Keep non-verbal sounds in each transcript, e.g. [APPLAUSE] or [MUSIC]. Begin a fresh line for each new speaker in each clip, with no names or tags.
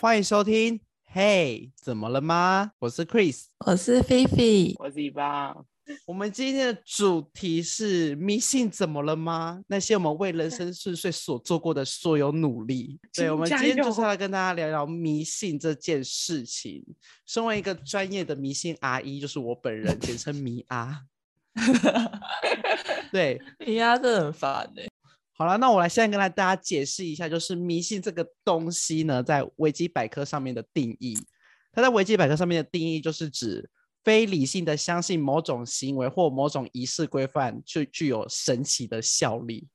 欢迎收听。嘿、怎么了吗？我是 Chris。
我是菲菲，
我是一棒，
我们今天的主题是迷信怎么了吗？那些我们为人生顺遂所做过的所有努力。对，
请
我们今
加
天就是
油
要来跟大家聊聊迷信这件事情。身为一个专业的迷信阿姨，就是我本人，简称迷阿。
[LAUGHS]
对，
你呀，这很烦哎、
好了，那我来现在跟来大家解释一下，就是迷信这个东西呢，在维基百科上面的定义。它在维基百科上面的定义就是指非理性的相信某种行为或某种仪式规范具具有神奇的效力，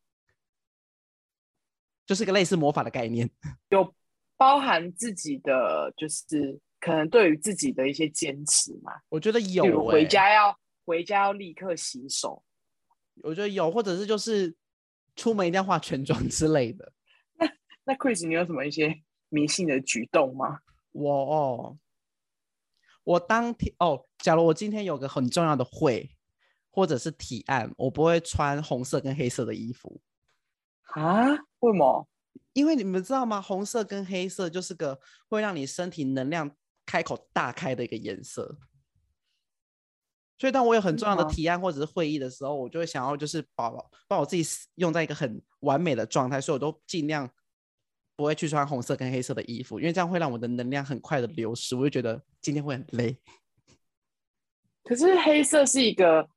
就是一个类似魔法的概念。
包含自己的就是可能对于自己的一些坚持嘛，
我觉得有、
比
欸，
如回家要回家要立刻洗手，
我觉得有，或者是就是出门一定要化全妆之类的。
那 Chris，你有什么一些迷信的举动吗？
我哦，我当天哦，假如我今天有个很重要的会或者是提案，我不会穿红色跟黑色的衣服，
啊？为什么？
因为你们知道吗？红色跟黑色就是个会让你身体能量开口大开的一个颜色。所以，当我有很
真的
重要的
吗
提案或者是会议的时候，我就会想要就是把把我自己用在一个很完美的状态，所以我都尽量不会去穿红色跟黑色的衣服，因为这样会让我的能量很快的流失，我就觉得今天会很累。
可是黑色是一个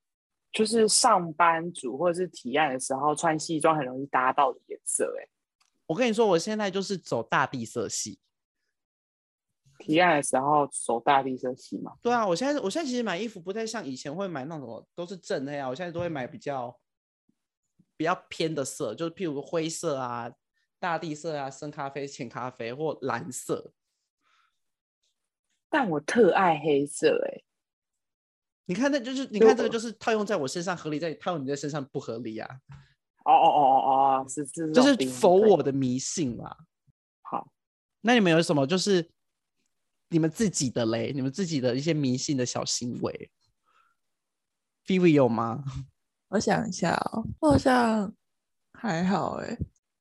就是上班族或者是提案的时候穿西装很容易搭到的颜色、欸，哎，
我跟你说，我现在就是走大地色系。
提案的时候手大力色系嘛，
对啊，我现在我现在其实买衣服不太像以前会买那种什么都是正黑啊，我现在都会买比较比较偏的色，就是譬如灰色啊、大地色啊、深咖啡、浅咖啡或蓝色。
但我特爱黑色、欸，哎，
你看，那就是你
对
看这个
我
就是套用在我身上合理，在套用你在身上不合理啊，
哦哦哦哦哦，是是，
就是
这种
否
定义
我的迷信啦。
好。
那你们有什么就是你们自己的嘞？你们自己的一些迷信的小行为 v i v i 有吗？
我想一下哦，我好像还好哎、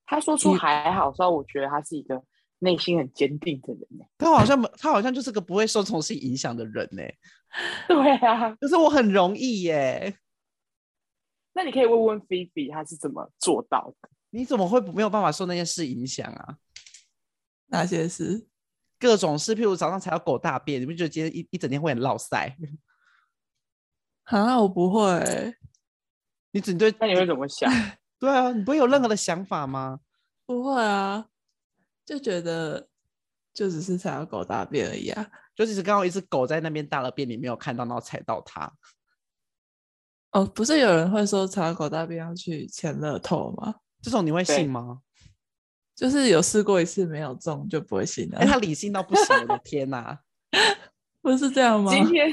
他说出
你
还好的时候，我觉得他是一个内心很坚定的人欸呢。
他好像没他好像就是个不会受冲击影响的人呢、
[LAUGHS] 对啊，
可是我很容易耶、
那你可以问问菲菲他是怎么做到的？
你怎么会不没有办法受那件事影响啊？
哪些是？
各种事，譬如早上踩到狗大便，你不觉得今天一一整天会很落塞？
啊，我不会、欸，
你只对
那你会怎
[LAUGHS]
么想？
对啊，你不会有任何的想法吗？
不会啊，就觉得就只是踩到狗大便而已啊。
就只是刚好一只狗在那边大了便，你没有看到，然后踩到它。
哦，不是有人会说踩到狗大便要去签乐透吗？
这种你会
对
信吗？
就是有试过一次没有中就不会信了、
哎、他理性到不行，我的天哪、
[LAUGHS] 不是这样吗？
今天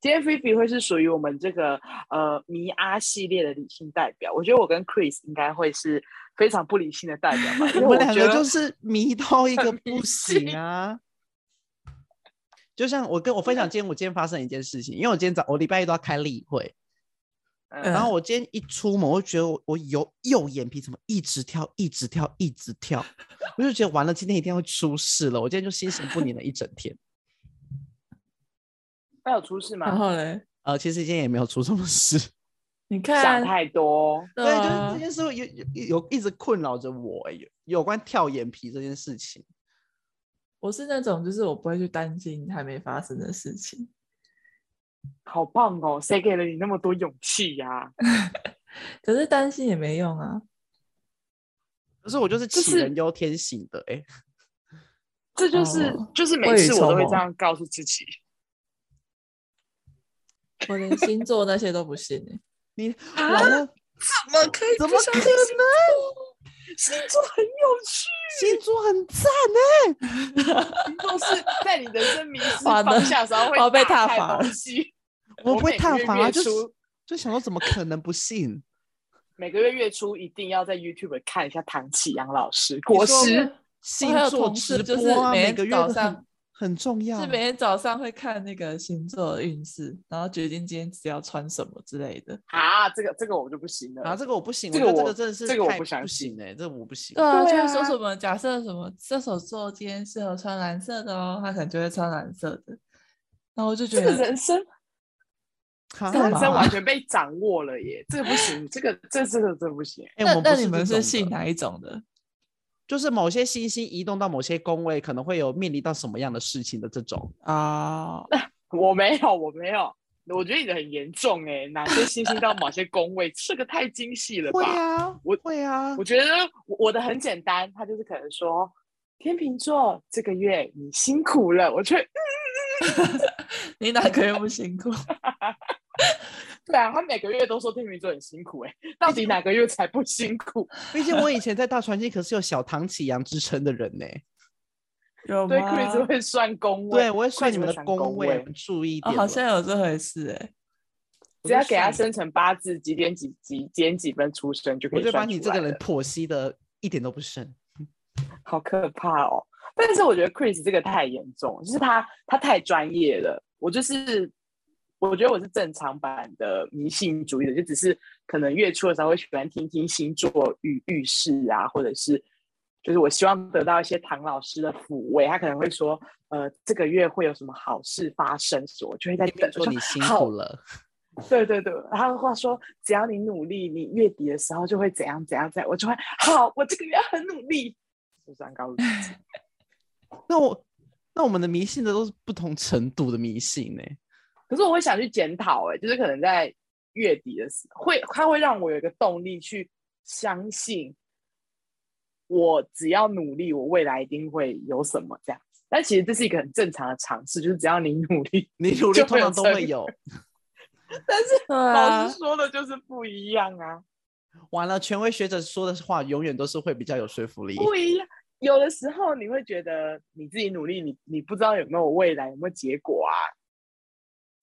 今天菲菲会是属于我们这个呃迷阿系列的理性代表。我觉得我跟 Chris 应该会是非常不理性的代表吧，因为
我们两
觉
个
得
就是迷到一
很
个
迷
不
信
行啊！就像我跟我分享，今天我今天发生一件事情，因为我今天早我礼拜一都要开例会，然
嗯，
后我今天一出门，我就觉得我我右右眼皮怎么一直跳，一直跳，一直跳，我就觉得完了，今天一定会出事了。我今天就心神不宁了一整天。
那有出事
然
吗？
后嘞，
呃，其实今天也没有出什么
[LAUGHS]
事，
你
想
看，
太多，
对
对，就是
啊
这件事有有有一直困扰着我、欸有有关跳眼皮这件事情。
我是那种就是我不会去担心还没发生的事情，
好棒哦！谁给了你那么多勇气呀、
可是担心也没用啊。
可是我就是
就
杞
是
人忧天型的、哎。
这就是、
哦
就是每
未雨
次我
绸
都会
缪
这样告诉自己。 [LAUGHS]
我连星座那些都不信、欸，
你
啊
完了，
怎么可以
怎么可能？
星座很有趣，
星座很赞
啊
呢、
星座是在你人生迷失
[LAUGHS] 完了
方向的时候会
我要被
打
踏
开
伐了 [LAUGHS]
东西。
我不会
每个
踏
月
伐啊，
月
就是
初
[LAUGHS] 就想说怎么可能不信？
每个月月初一定要在 YouTube 看一下唐启阳老师国
说
师，
星
[LAUGHS] 我还有
座
同
直
事就是
播啊，
每
每
天
个月
早
都很
上
很重要
是。每天早上会看那个星座的运势，然后决定今天只要穿什么之类的。
啊，这个这个我就不行了。
然啊
啊
后这个我不行，
这
我觉得这
个我
个真的是
这个我
太
不相
行
信
哎、这我不行。
对啊，
对
就是说
啊
什么假设什么射手座今天适合穿蓝色的哦，他可能就会穿蓝色的。然后我就觉
这个
得，啊
人生，
哈
这个人
嘛
生完全被掌握了耶！这个不行，这个这这个真的不行。
哎、
那
我
那
不
你们
这种
是信
的
哪一种的？
就是某些星星移动到某些宫位，可能会有面临到什么样的事情的这种。
啊、
我没有，我没有。我觉得你的很严重哎、哪些星星到某些宫位，这个太精细
[LAUGHS]
了吧？
会啊，
我
会啊
我，觉得我我的很简单，他就是可能说天秤座这个月你辛苦了，我觉得
你哪个月不辛苦？
对啊，他每个月都说天秤座很辛苦哎、到底哪个月才不辛
[LAUGHS]
苦？
毕竟我以前在大传经可是有小唐启阳之称的人呢、
有
[LAUGHS] 对
吗？
，Chris 会算宫位，
对，我会算你们
Chris 会
的宫
位
位，，注意一
哦，
点了、
好像有这回事哎、
我
只要
就
给他
算
生成八字几点几几几点几分出生就可
我
以
就
算
把
出
你这个
来
人
了
剖析的一点都不剩。
好可怕哦！但是我觉得 Chris 这个太严重，就是他他太专业了。我就是我觉得我是正常版的迷信主义者，就只是可能月初的时候会喜欢听听星座与运势啊，或者是就是我希望得到一些唐老师的抚慰，他可能会说，呃，这个月会有什么好事发生，所以我就会在
天
等
秤
说
座你辛
好
苦了，
对对对，然后话说，只要你努力，你月底的时候就会怎样怎样怎样，我就会好，我这个月很努力， [LAUGHS] 就这样告诉自己。
那我那我们的迷信的都是不同程度的迷信呢、
可是我会想去检讨，哎，就是可能在月底的时候，会它会让我有一个动力去相信，我只要努力，我未来一定会有什么这样子。但其实这是一个很正常的尝试，就是只要你努力。 [LAUGHS]
你努力
就
通
会有
常都
成
会有。
但是
对
老
啊
师，说的就是不一样啊，
完了，权威学者说的话永远都是会比较有说服力。
不一样。有的时候你会觉得你自己努力，你你不知道有没有未来，有没有结果啊。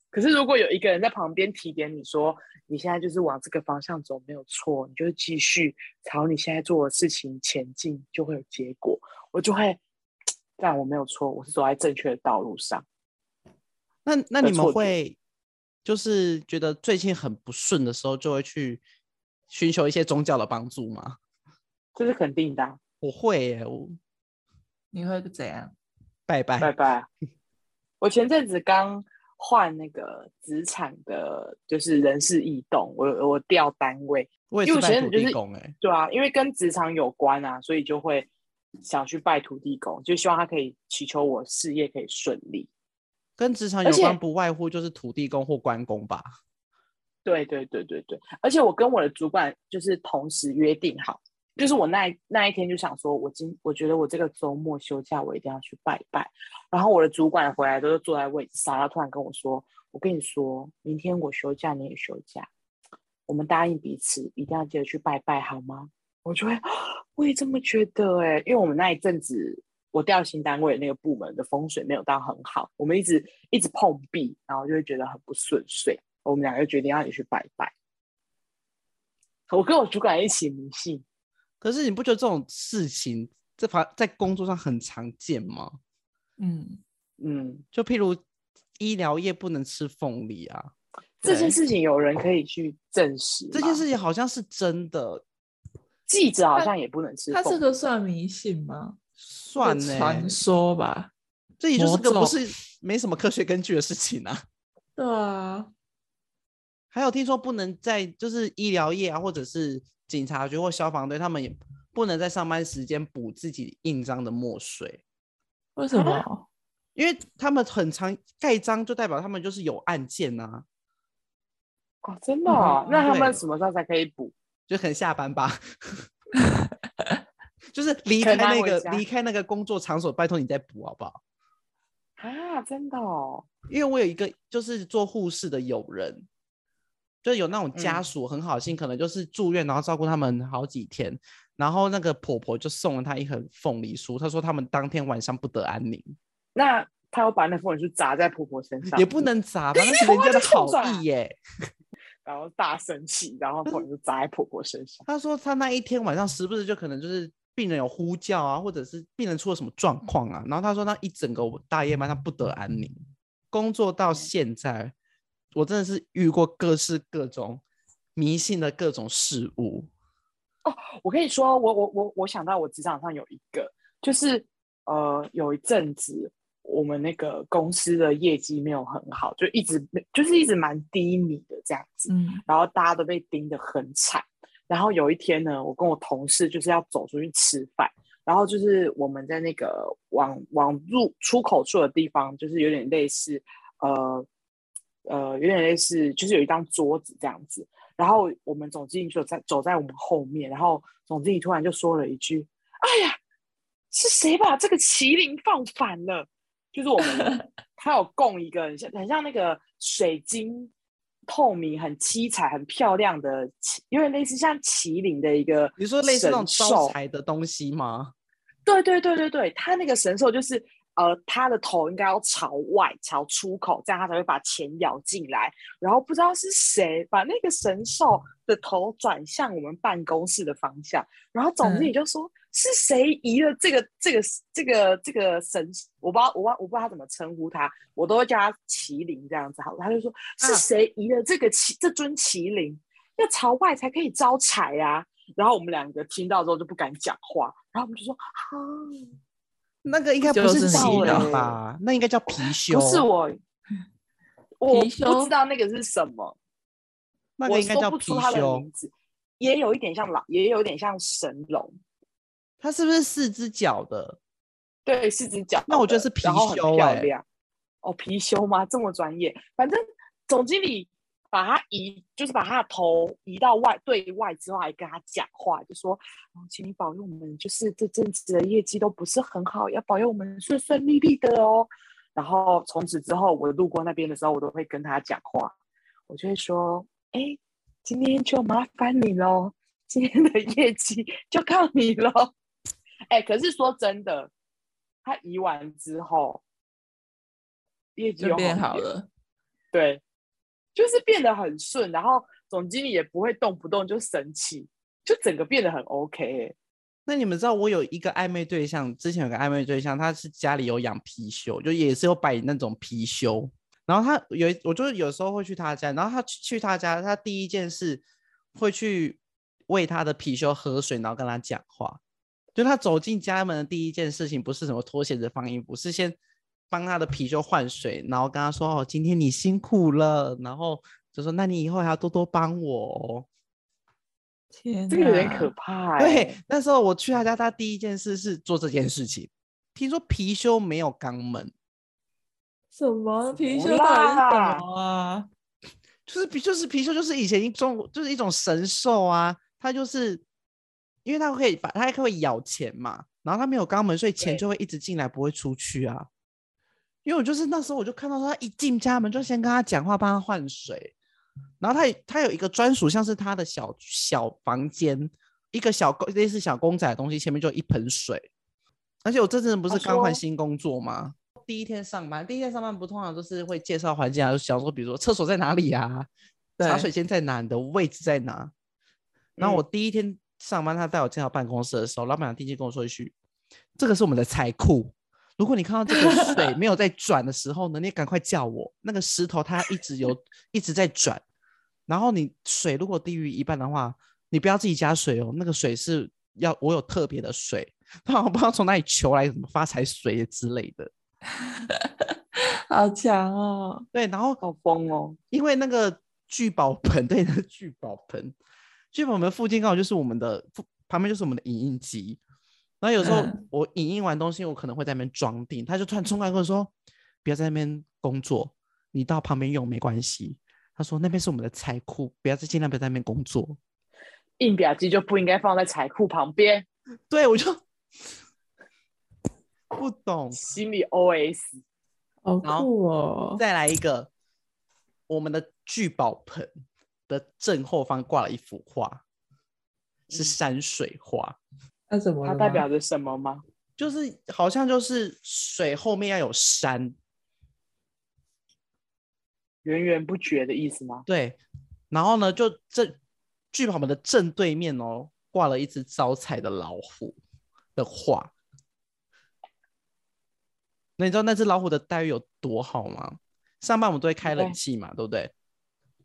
可是如果有一个人在旁边提点你说，你现在就是往这个方向走没有错，你就是继续朝你现在做的事情前进，就会有结果。我就会，但我没有错，我是走在正确的道路上。
那那
的
你
错
们
觉
会就是觉得最近很不顺的时候，就会去寻求一些宗教的帮助吗？
这是肯定的啊、
我会耶，我
你会怎样？
拜拜。
拜拜。我前阵子刚换那个职场的，就是人事异动，我我调单位，
我也
因
是
为我
拜
觉得
土
你就
地
是
公哎，
对啊，因为跟职场有关啊，所以就会想去拜土地公，就希望他可以祈求我事业可以顺利。
跟职场
而
有关
且
不外乎就是土地公或关公吧。
对对对对对，而且我跟我的主管就是同时约定好，就是我那一那一天就想说，我今我觉得我这个周末休假，我一定要去拜一拜。然后我的主管回来都是坐在位置上，他突然跟我说：“我跟你说，明天我休假，你也休假，我们答应彼此一定要记得去拜拜，好吗？”我就会，我也这么觉得哎、因为我们那一阵子我调新单位那个部门的风水没有到很好，我们一直一直碰壁，然后就会觉得很不顺遂。我们两个就决定要你去拜拜。我跟我主管一起迷信，
可是你不觉得这种事情在反在工作上很常见吗？
嗯，
嗯，
就譬如医疗业不能吃凤梨啊，
这
对
件事情有人可以去证实吗，
这件事情好像是真的，
记者好
他
像也不能吃
他
凤梨。
这个算迷信吗？
算
是
呢、
传说吧。
这也就是
魔
个不
咒
是没什么科学根据的事情啊。 [LAUGHS]
对啊，
还有听说不能在就是医疗业啊，或者是警察局或消防队，他们也不能在上班时间补自己印章的墨水，
为
啊
什么？
因为他们很常盖章，就代表他们就是有案件啊，
哦，真的、哦
嗯
那他们
对
什么时候才可以补？
就可能下班
[LAUGHS]
吧， [LAUGHS] 就是离
可
开
能拿
那
回
个
家
离开那个工作场所，拜托你再补好不好？
啊，真的哦，
因为我有一个就是做护士的友人，就有那种家
嗯
属很好心，可能就是住院，然后照顾他们好几天，然后那个婆婆就送了她一盒凤梨酥，她说他们当天晚上不得安宁，
那他要把那凤梨酥砸在婆婆身上，
也不，能砸吧，那是人家的好意耶。
然后大生气，然后凤梨酥砸在婆婆身上。
她说她那一天晚上时不时就可能就是病人有呼叫啊，或者是病人出了什么状
嗯
况啊。然后他说他一整个大夜班他不得安宁，工作
嗯
到现在，我真的是遇过各式各种迷信的各种事物。
我跟你说，我我我我想到我职场上有一个，就是呃，有一阵子我们那个公司的业绩没有很好，就一直没就是一直蛮低迷的这样子，
嗯，
然后大家都被盯得很惨。然后有一天呢，我跟我同事就是要走出去吃饭，然后就是我们在那个往往入出口处的地方，就是有点类似呃呃，有点类似，就是有一张桌子这样子。然后我们总经理就在走在我们后面，然后总经理突然就说了一句：“哎呀，是谁把这个麒麟放反了？”就是我们他有供一个很像很像那个水晶透明、很七彩、很漂亮的麒，有点类似像麒麟的一个，
你说类似那种招
兽。
财的东西吗？
对对对对对，他那个神兽就是呃，他的头应该要朝外、朝出口，这样他才会把钱咬进来。然后不知道是谁把那个神兽的头转向我们办公室的方向，然后总经理就说、是谁移了这个这个这个这个神，我不知道我不知道我不知道他怎么称呼他，我都会叫他麒麟这样子好了。他就说是
啊
谁移了这个麒这尊麒麟，要朝外才可以招财啊。然后我们两个听到之后就不敢讲话，然后我们就说啊。
那个应该不
就是是
麒
你
麟吧？那应该叫貔貅。
不
[LAUGHS]
是我，我
貔貅
不知道那个是什么，
那
我
个应该
说
叫
不出
貔
它的
貅
名。字，也有一点像老，也有一点像神龙，
它是不是四只脚的？
对，四只脚的。
那我觉得是貔
然后很
貅
漂
欸
亮。哦，貔貅吗？这么专业。反正总经理把他移，就是把他的头移到外对外之后，还跟他讲话，就说：“哦，请你保佑我们，就是这阵子的业绩都不是很好，要保佑我们顺顺利利的哦。”然后从此之后，我路过那边的时候，我都会跟他讲话，我就会说：“哎，今天就麻烦你喽，今天的业绩就靠你喽。”哎，可是说真的，他移完之后，业绩
就
又
变
一
好
点
了。
对，就是变得很顺，然后总经理也不会动不动就生气，就整个变得很 OK 欸、
那你们知道我有一个暧昧对象，之前有个暧昧对象，他是家里有养貔貅，就也是有摆那种貔貅。然后他有一，我就是有时候会去他家，然后他去去他家，他第一件事会去喂他的貔貅喝水，然后跟他讲话。就他走进家门的第一件事情，不是什么脱鞋子放衣服，是先帮他的貔貅换水，然后跟他说：“哦，今天你辛苦了。”然后就说：“那你以后还要多多帮我哦。”
天，
这个有点可。怕、欸。
对，，那时候我去他家，他第一件事是做这件事情。听说貔貅没有肛门，
什么貔貅到
么
底是
啦
什么啊？
就是貔就是貔貅，就是以前一种就是一种神兽啊，它就是因为它可以把它可以咬钱嘛，然后它没有肛门，所以钱
对
就会一直进来，不会出去啊。因为我就是那时候我就看到他一进家门就先跟他讲话，帮他换水，然后他也他有一个专属像是他的小小房间，一个小公类似小公仔的东西，前面就有一盆水。而且我这阵子不
他
是刚换
哦说
新工作吗？第一天上班，第一天上班不通常都是会介绍环境啊，就想说比如说厕所在哪里啊，茶
对
水间在哪，你的位置在哪。然后我第一天上班，他带我进到办公室的时候，老板娘第一句跟我说一句：“这个是我们的财库，如果你看到这个水没有在转的时候呢，你赶快叫我。那个石头它一直有一直在转，然后你水如果低于一半的话，你不要自己加水哦，那个水是要我有特别的水， [LAUGHS] 他好像不知道从哪里求来什么发财水之类的。
好强哦！
对，然后
好疯哦！
因为那个聚宝盆， [LAUGHS] 对，那个聚宝盆，聚宝盆附近刚好就是我们的附旁边就是我们的影印机。然后有时候
嗯
我影印完东西，我可能会在那边装订，他就突然冲过来跟我说：“不要在那边工作，你到旁边用没关系。”他说：“那边是我们的财库，不要再尽量不要在那边工作。
印表机就不应该放在财库旁边，
对”我就 [LAUGHS] 不懂。
心里 OS
好
然后
酷哦！
再来一个，我们的聚宝盆的正后方挂了一幅画，是
嗯
山水画，
那怎么
它
了
代
吗
表着什么吗？
就是好像就是水后面要有山，
源源不绝的意思吗？
对，然后呢，就这聚宝盆的正对面哦，挂了一只招财的老虎，的话，那你知道那只老虎的待遇有多好吗？上班我们都会开冷
对
气嘛，对不对？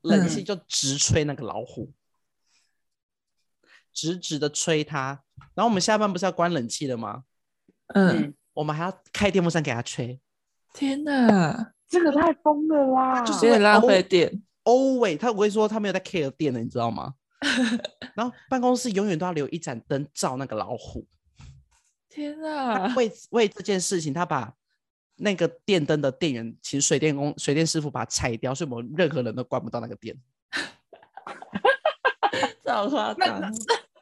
冷气就直吹那个老虎，直直的吹它。然后我们下班不是要关冷气的吗？
嗯，
我们还要开电风扇给它吹。
天哪，
这个太疯了啦！
就是
有点浪
哦
费电。
哦喂，他我跟你说，他没有在 care 电的，你知道吗？然后办公室永远都要留一盏灯照那个老虎。
[LAUGHS] 天
嗯
哪，
[LAUGHS]
为为这件事情，他把那个电灯的电源，请水电工、水电师傅把它拆掉，所以我们任何人都关不到那个电。
这好夸
那
张哦！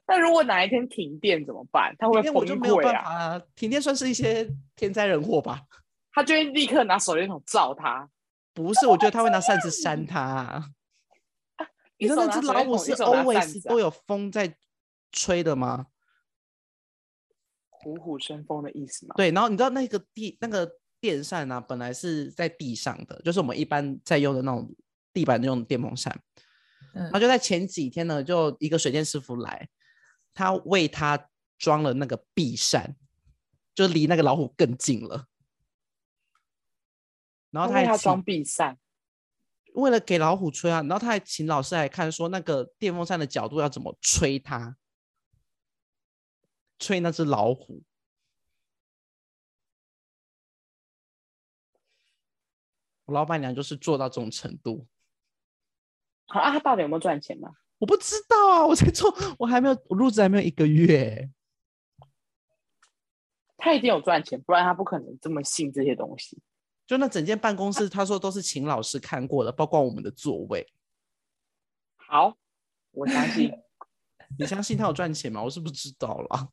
那如果哪一天停电怎么办？他会
停
崩
电我就没有
溃
办
啊！
法啊，停电算是一些天灾人祸吧？
他就会立刻拿手电筒照他。
不是，我觉得他会拿扇子
[LAUGHS]
扇它啊。你
一
知
手
道那
拿
只
手
老
电
虎
筒
是
一手拿扇
always
子啊
都有风在吹的吗？
虎虎生风的意思嘛？
对，然后你知道那个地那个电扇啊，本来是在地上的，就是我们一般在用的那种地板用的电风扇。然后
嗯，
就在前几天呢，就一个水电师傅来，他为他装了那个壁扇，就离那个老虎更近了。然后
他
他
为
还
他
请
装壁扇，
为了给老虎吹啊，然后他还请老师来看说那个电风扇的角度要怎么吹它，吹那只老虎。我老板娘就是做到这种程度，
好啊，他到底有没有赚钱嘛？
我不知道啊，我才做，我还没有，我入职还没有一个月，
他一定有赚钱，不然他不可能这么信这些东西。
就那整间办公室，他说都是请老师看过的，包括我们的座位。
好，我相
[LAUGHS]
信，
你相信他有赚钱吗？我是不知道啦。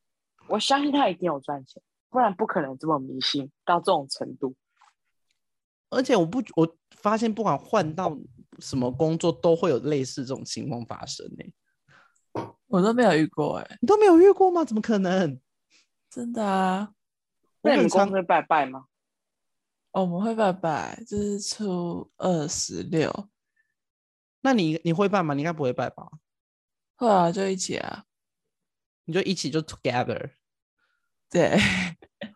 我相信他一定有赚钱，不然不可能这么迷信到这种程度。
而且我不，我发现不管换到什么工作，都会有类似这种情况发生呢、
我都没有遇过哎，
你都没有遇过吗？怎么可能？
真的啊。
我
那你
很
们公
常
司会拜拜吗？
哦我们会拜拜，就是初二十六，
那你你会办吗？你应该不会办吧？
后来就一起啊。
你就一起就 together。
对，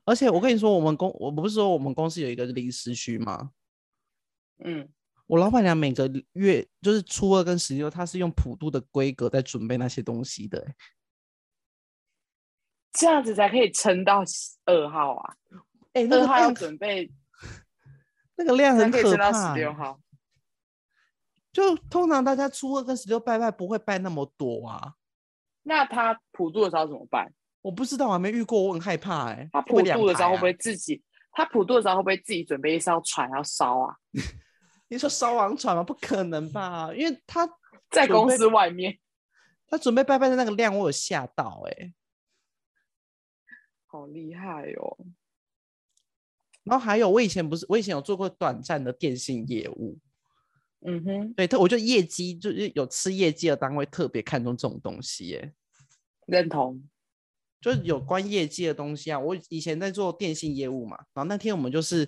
而且我跟你说，我们公我不是说我们公司有一个临时区吗？
嗯，
我老板娘每个月就是初二跟十六，她是用普渡的规格在准备那些东西的欸、
这样子才可以撑到二号啊，
哎、那
二
个
号要
量
准备
那个量
才
很
可以
可
撑到
怕
十
欸、
六号。
就通常大家初二跟十六拜拜不会拜那么多啊。
那他普渡的时候怎么办？
我不知道，我还没遇过，我很害怕哎、
他
会不会
普
两
渡的时候
排
会不会
啊？
自己？他普渡的时候会不会自己准备一艘船要烧啊？
你说烧王船吗？不可能吧，因为他
在
准
公
备
司外面，
他准备拜拜的那个量，我有吓到哎、
好厉害哦！
然后还有，我以前不是，我以前有做过短暂的电信业务，
嗯哼，
对，特我觉得业绩就是有吃业绩的单位特别看重这种东西耶、
认同。
就是有关业绩的东西啊。我以前在做电信业务嘛，然后那天我们就是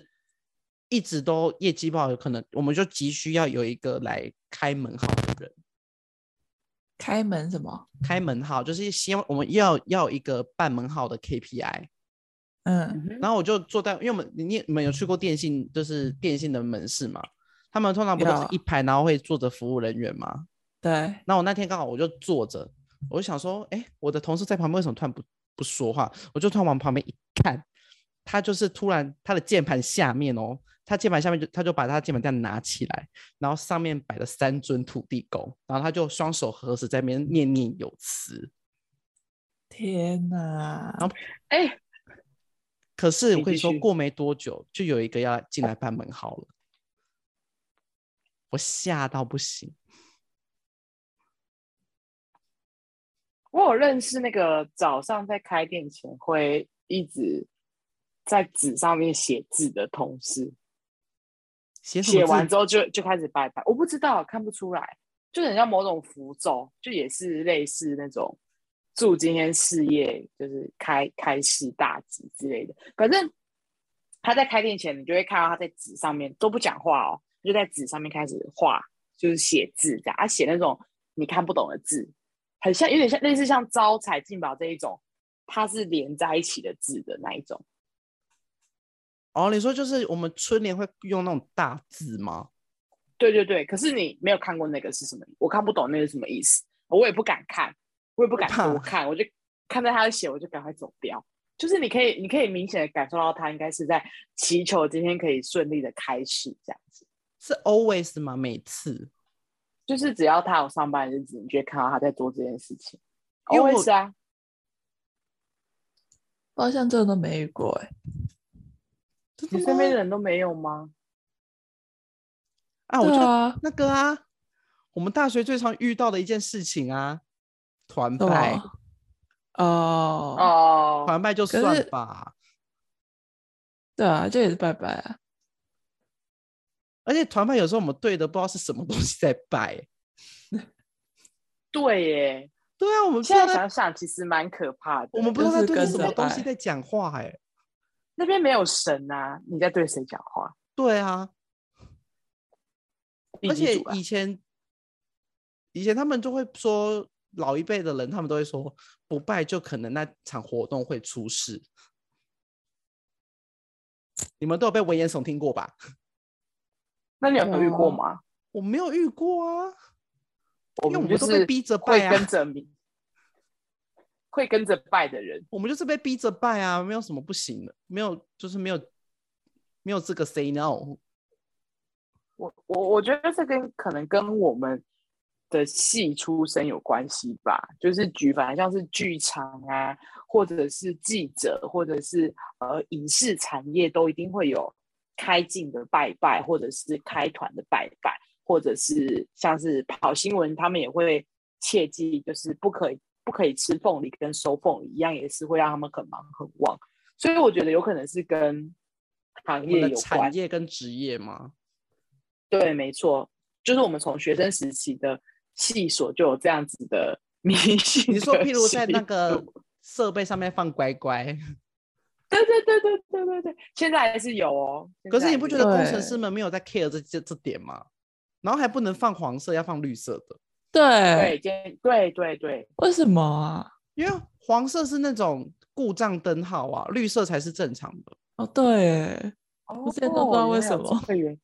一直都业绩不好，有可能我们就急需要有一个来开门号的人，
开门什么？
开门号就是希望我们要要一个办门号的 KPI。
嗯
嗯哼，
然后我就坐在，因为我们你你们有去过电信，就是电信的门市嘛，他们通常不都是
有
一排，然后会坐着服务人员嘛。
对，
那我那天刚好我就坐着，我就想说，哎，我的同事在旁边为什么突然不不说话？我就突然往旁边一看，他就是突然他的键盘下面哦，他键盘下面就他就把他键盘这样拿起来，然后上面摆了三尊土地公，然后他就双手合十在那边念念有词。
天哪！
后
哎、
可是我
你
跟
继
你说，
续
过没多久就有一个要进来办门号了，我吓到不行。
我有认识那个早上在开店前会一直在纸上面写字的同事，
写什么
写完
字
之后就就开始拜拜。我不知道，看不出来，就很像某种符咒，就也是类似那种祝今天事业就是开开市大吉之类的。反正他在开店前，你就会看到他在纸上面都不讲话哦，就在纸上面开始画，就是写字这样，他写那种你看不懂的字，很像有点像类似像招财进宝这一种。它是连在一起的字的那一种。
哦，你说就是我们春联会用那种大字吗？
对对对，可是你没有看过那个是什么，我看不懂那个是什么意思，我也不敢看，我也不敢
怕
多看，我就看到他的写，我就赶快走掉。就是你可以，你可以明显的感受到他应该是在祈求今天可以顺利的开始，这样子。
是 always 吗？每次？
就是只要他有上班的日子，你就会看到他在做这件事情。
因
因
为
为
我
是啊，
我好像真的都没遇过哎、
真的
你
吗
身边的人都没有吗？
啊，我就、
对啊，
那个啊，我们大学最常遇到的一件事情啊，团
对啊
拜，
哦，
哦、
团拜就
可
算
是
吧。
对啊，这也是拜拜啊。
而且团拜有时候我们对的不知道是什么东西在拜。
对耶，
对啊，我们不知
现
道
在
在
想想其实蛮可怕的。
我们不
就
知道在
是
对着
跟
什
着
么东西
拜
在讲话哎、
那边没有神啊，你在对谁讲话？
对啊，
地
而
基
且
主啊
以前以前他们就会说，老一辈的人他们都会说，不拜就可能那场活动会出事。你们都有被危言耸听过吧？
那你有遇过
哦
吗？
我没有遇过啊，
我
因为我
们
们
就
都被
是
逼着
会
拜啊
跟，着民，会跟着拜的人。
我们就是被逼着拜啊，没有什么不行的，没有就是没有没有这个 say no。
我我我觉得这跟可能跟我们的系出身有关系吧，就是举凡像是剧场啊，或者是记者，或者是呃影视产业，都一定会有开镜的拜拜，或者是开团的拜拜，或者是像是跑新闻，他们也会切记，就是不可以不可以吃凤梨跟收凤梨一样，也是会让他们很忙很旺。所以我觉得有可能是跟行
我
业
们的
有关
产。业跟职业
[LAUGHS]
嘛，
对，没错，就是我们从学生时期的系所就有这样子的迷信。
[LAUGHS] 你说譬如在那个，设备上面放乖乖，
对对对对对对对，现在还是有哦。现
可是
在
你
还
不觉
有
得
有
工程
对
师们没有在 care 这这这点吗？然后还不能放黄色，要放绿色的，
对，
对，今天对对对，
为什么啊？
因为黄色是那种故障灯号啊，绿色才是正常的。
哦，对，
我
之前都不知道为什么
会员，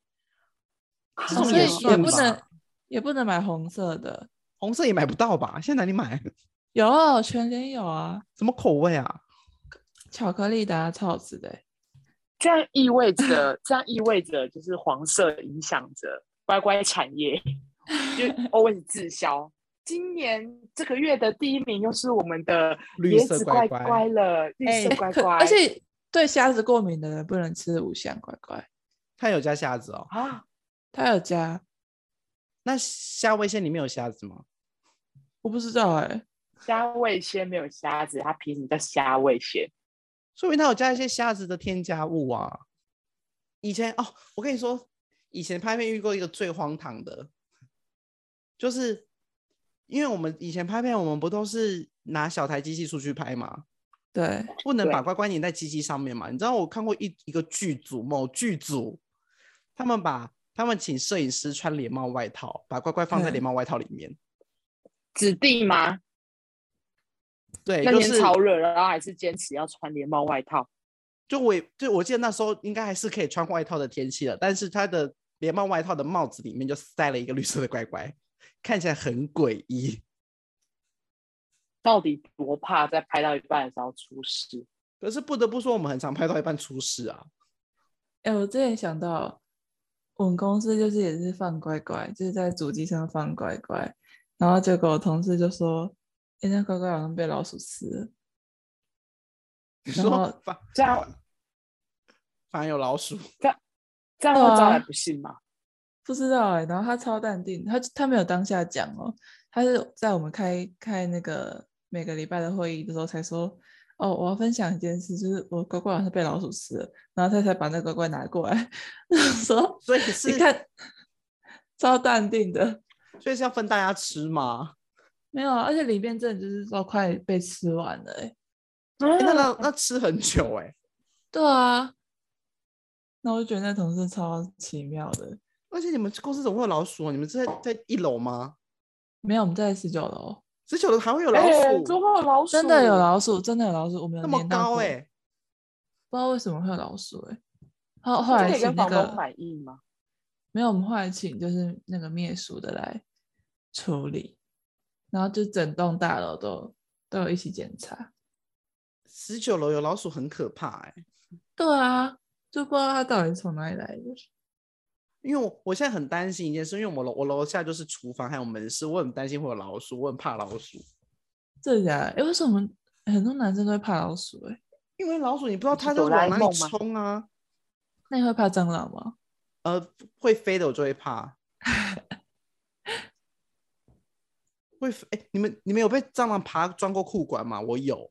啊
这种
所
也
以也
算
不
吧
能也不能买红色的。
红色也买不到吧？现在哪里买？ [LAUGHS]
有全联有啊，
什么口味啊？
巧克力的、啊、超好吃的欸、
这样意味着，这样意味着就是黄色影响着乖乖产业，
[LAUGHS]
就 always 滞销。今年这个月的第一名又是我们的
绿
椰
色
子
乖
乖
乖
了，绿
哎
色
欸
乖
可
乖，
而且对虾子过敏的人不能吃五香乖乖，
它有加虾子哦。
啊，
它有加，
那虾味线里面有虾子吗？
我不知道哎、
虾味鲜没有虾子，它凭什么叫虾味鲜？
说明它有加一些虾子的添加物啊。以前哦，我跟你说，以前拍片遇过一个最荒唐的，就是因为我们以前拍片，我们不都是拿小台机器出去拍吗？
对，
不能把
对
乖乖粘在机器上面嘛。你知道我看过一一个剧组，某剧组，他们把他们请摄影师穿连帽外套，把乖乖放在连
嗯
帽外套里面。
指定吗？
对，
那
就
天
是
超热，然后还是坚持要穿连帽外套。
就我也就我记得那时候应该还是可以穿外套的天气了，但是他的连帽外套的帽子里面就塞了一个绿色的乖乖，看起来很诡异。
到底多怕在拍到一半的时候出事？
可是不得不说，我们很常拍到一半出事啊。
哎、我之前想到，我们公司就是也是放乖乖，就是在主机上放乖乖，然后结果我同事就说，哎、那乖乖好像被老鼠吃了，
你
然
说
后
反
这样
反而有老鼠，
这样会招来
对啊
不幸吗？
不知道哎、然后他超淡定，他他没有当下讲哦，他是在我们开开那个每个礼拜的会议的时候才说。哦，我要分享一件事，就是我乖乖好像被老鼠吃了，然后他才把那个乖乖拿过来， [LAUGHS] 说
所以是
你看，超淡定的，
所以是要分大家吃
[LAUGHS]
嘛。
没有啊，而且里面真的就是都快被吃完了、欸，
诶那
啊
那那吃很久哎、
对啊，那我就觉得那同事超奇妙的。
哦而且你们公司怎么会有老鼠啊？你们是在在一楼吗？
没有，我们在十九楼，
十九楼还会有老
哎，
鼠，
怎么会有老鼠？
真的有老鼠，真的有老鼠，我们有
那么
粘到
高
过
哎、
欸
不知道为什么会有老鼠哎、后后
这
来
可以
请
跟
那
房东
个
满意吗？
没有，我们后来请就是那个灭鼠的来处理，然后就整栋大楼都都有一起检查。
十九楼有老鼠很可怕哎、
对啊，就不知道它到底从哪里来的。
因为我我现在很担心一件事，因为我楼我楼下就是厨房还有门市，我很担心会有老鼠，我很怕老鼠。
这家哎，诶为什么很多男生都会怕老鼠、欸？哎，
因为老鼠你不知道
是
它在
哆啦
往
A
哪里
梦吗
冲啊，
那你会怕蟑螂吗？
呃，会飞的我就会
[LAUGHS]
怕。会飞？哎、你们你们有被蟑螂爬钻过裤管吗？我有，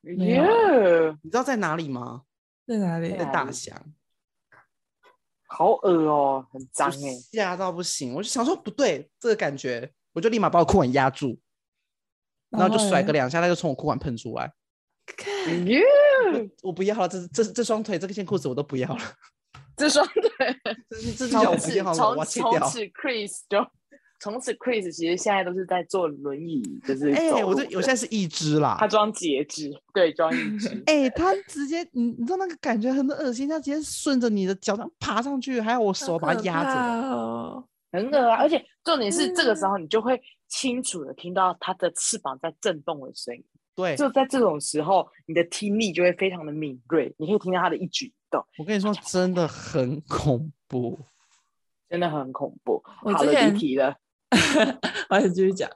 没有啊
Yeah，
你知道在哪里吗？
在哪里
在
在
啊？
哪
大
里
象。
好恶哦，很脏
就
哎。
吓到不行，我就想说不对，这个感觉，我就立马把我裤管压住，然后就甩个
脸。
两下，它就从我裤管喷出来。
哎耶，
我不要了，这这这双腿，这件裤子我都不要了，
这双腿
这这这脚我
从
不
此
要了，我要
从
切
从
掉。
此 Chris 就从此 Chris 其实现在都是在坐轮椅，就是
哎、
走
我
路
这我
的
现在是一只啦。
他。装截肢，对，装一肢
哎、它直接，你你知道那个感觉很恶心，它直接顺着你的脚上爬上去，还有我手把它压着。
着。 [LAUGHS] 哦，
[LAUGHS] 很恶啊！而且重点是，这个时候你就会清楚的听到它的翅膀在震动的声音。
对，
就在这种时候，你的听力就会非常的敏锐，你可以听到它的一举一动，
我跟你说，真的很恐怖。
真的很恐怖。
我
好
之
了，
前
离题了。
我还是继续讲。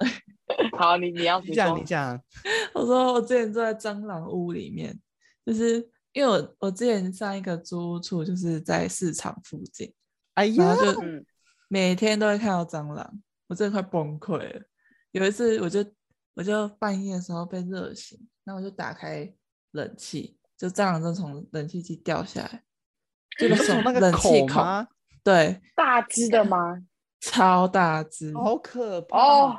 好，你你要
你
你
讲，你
说
讲，
我说我之前住在蟑螂屋里面，就是因为我我之前上一个租屋处就是在市场附近，
哎
然
呀
后，就
嗯，
每天都会看到蟑螂，我真的快崩溃了。有一次我就我就半夜的时候被热醒，然后我就打开冷气，就蟑螂就从冷气机掉下来，这个
你是
手
从那个
冷气
口
孔，
吗？
对，
大只的吗？
超大只，
好可怕
哦，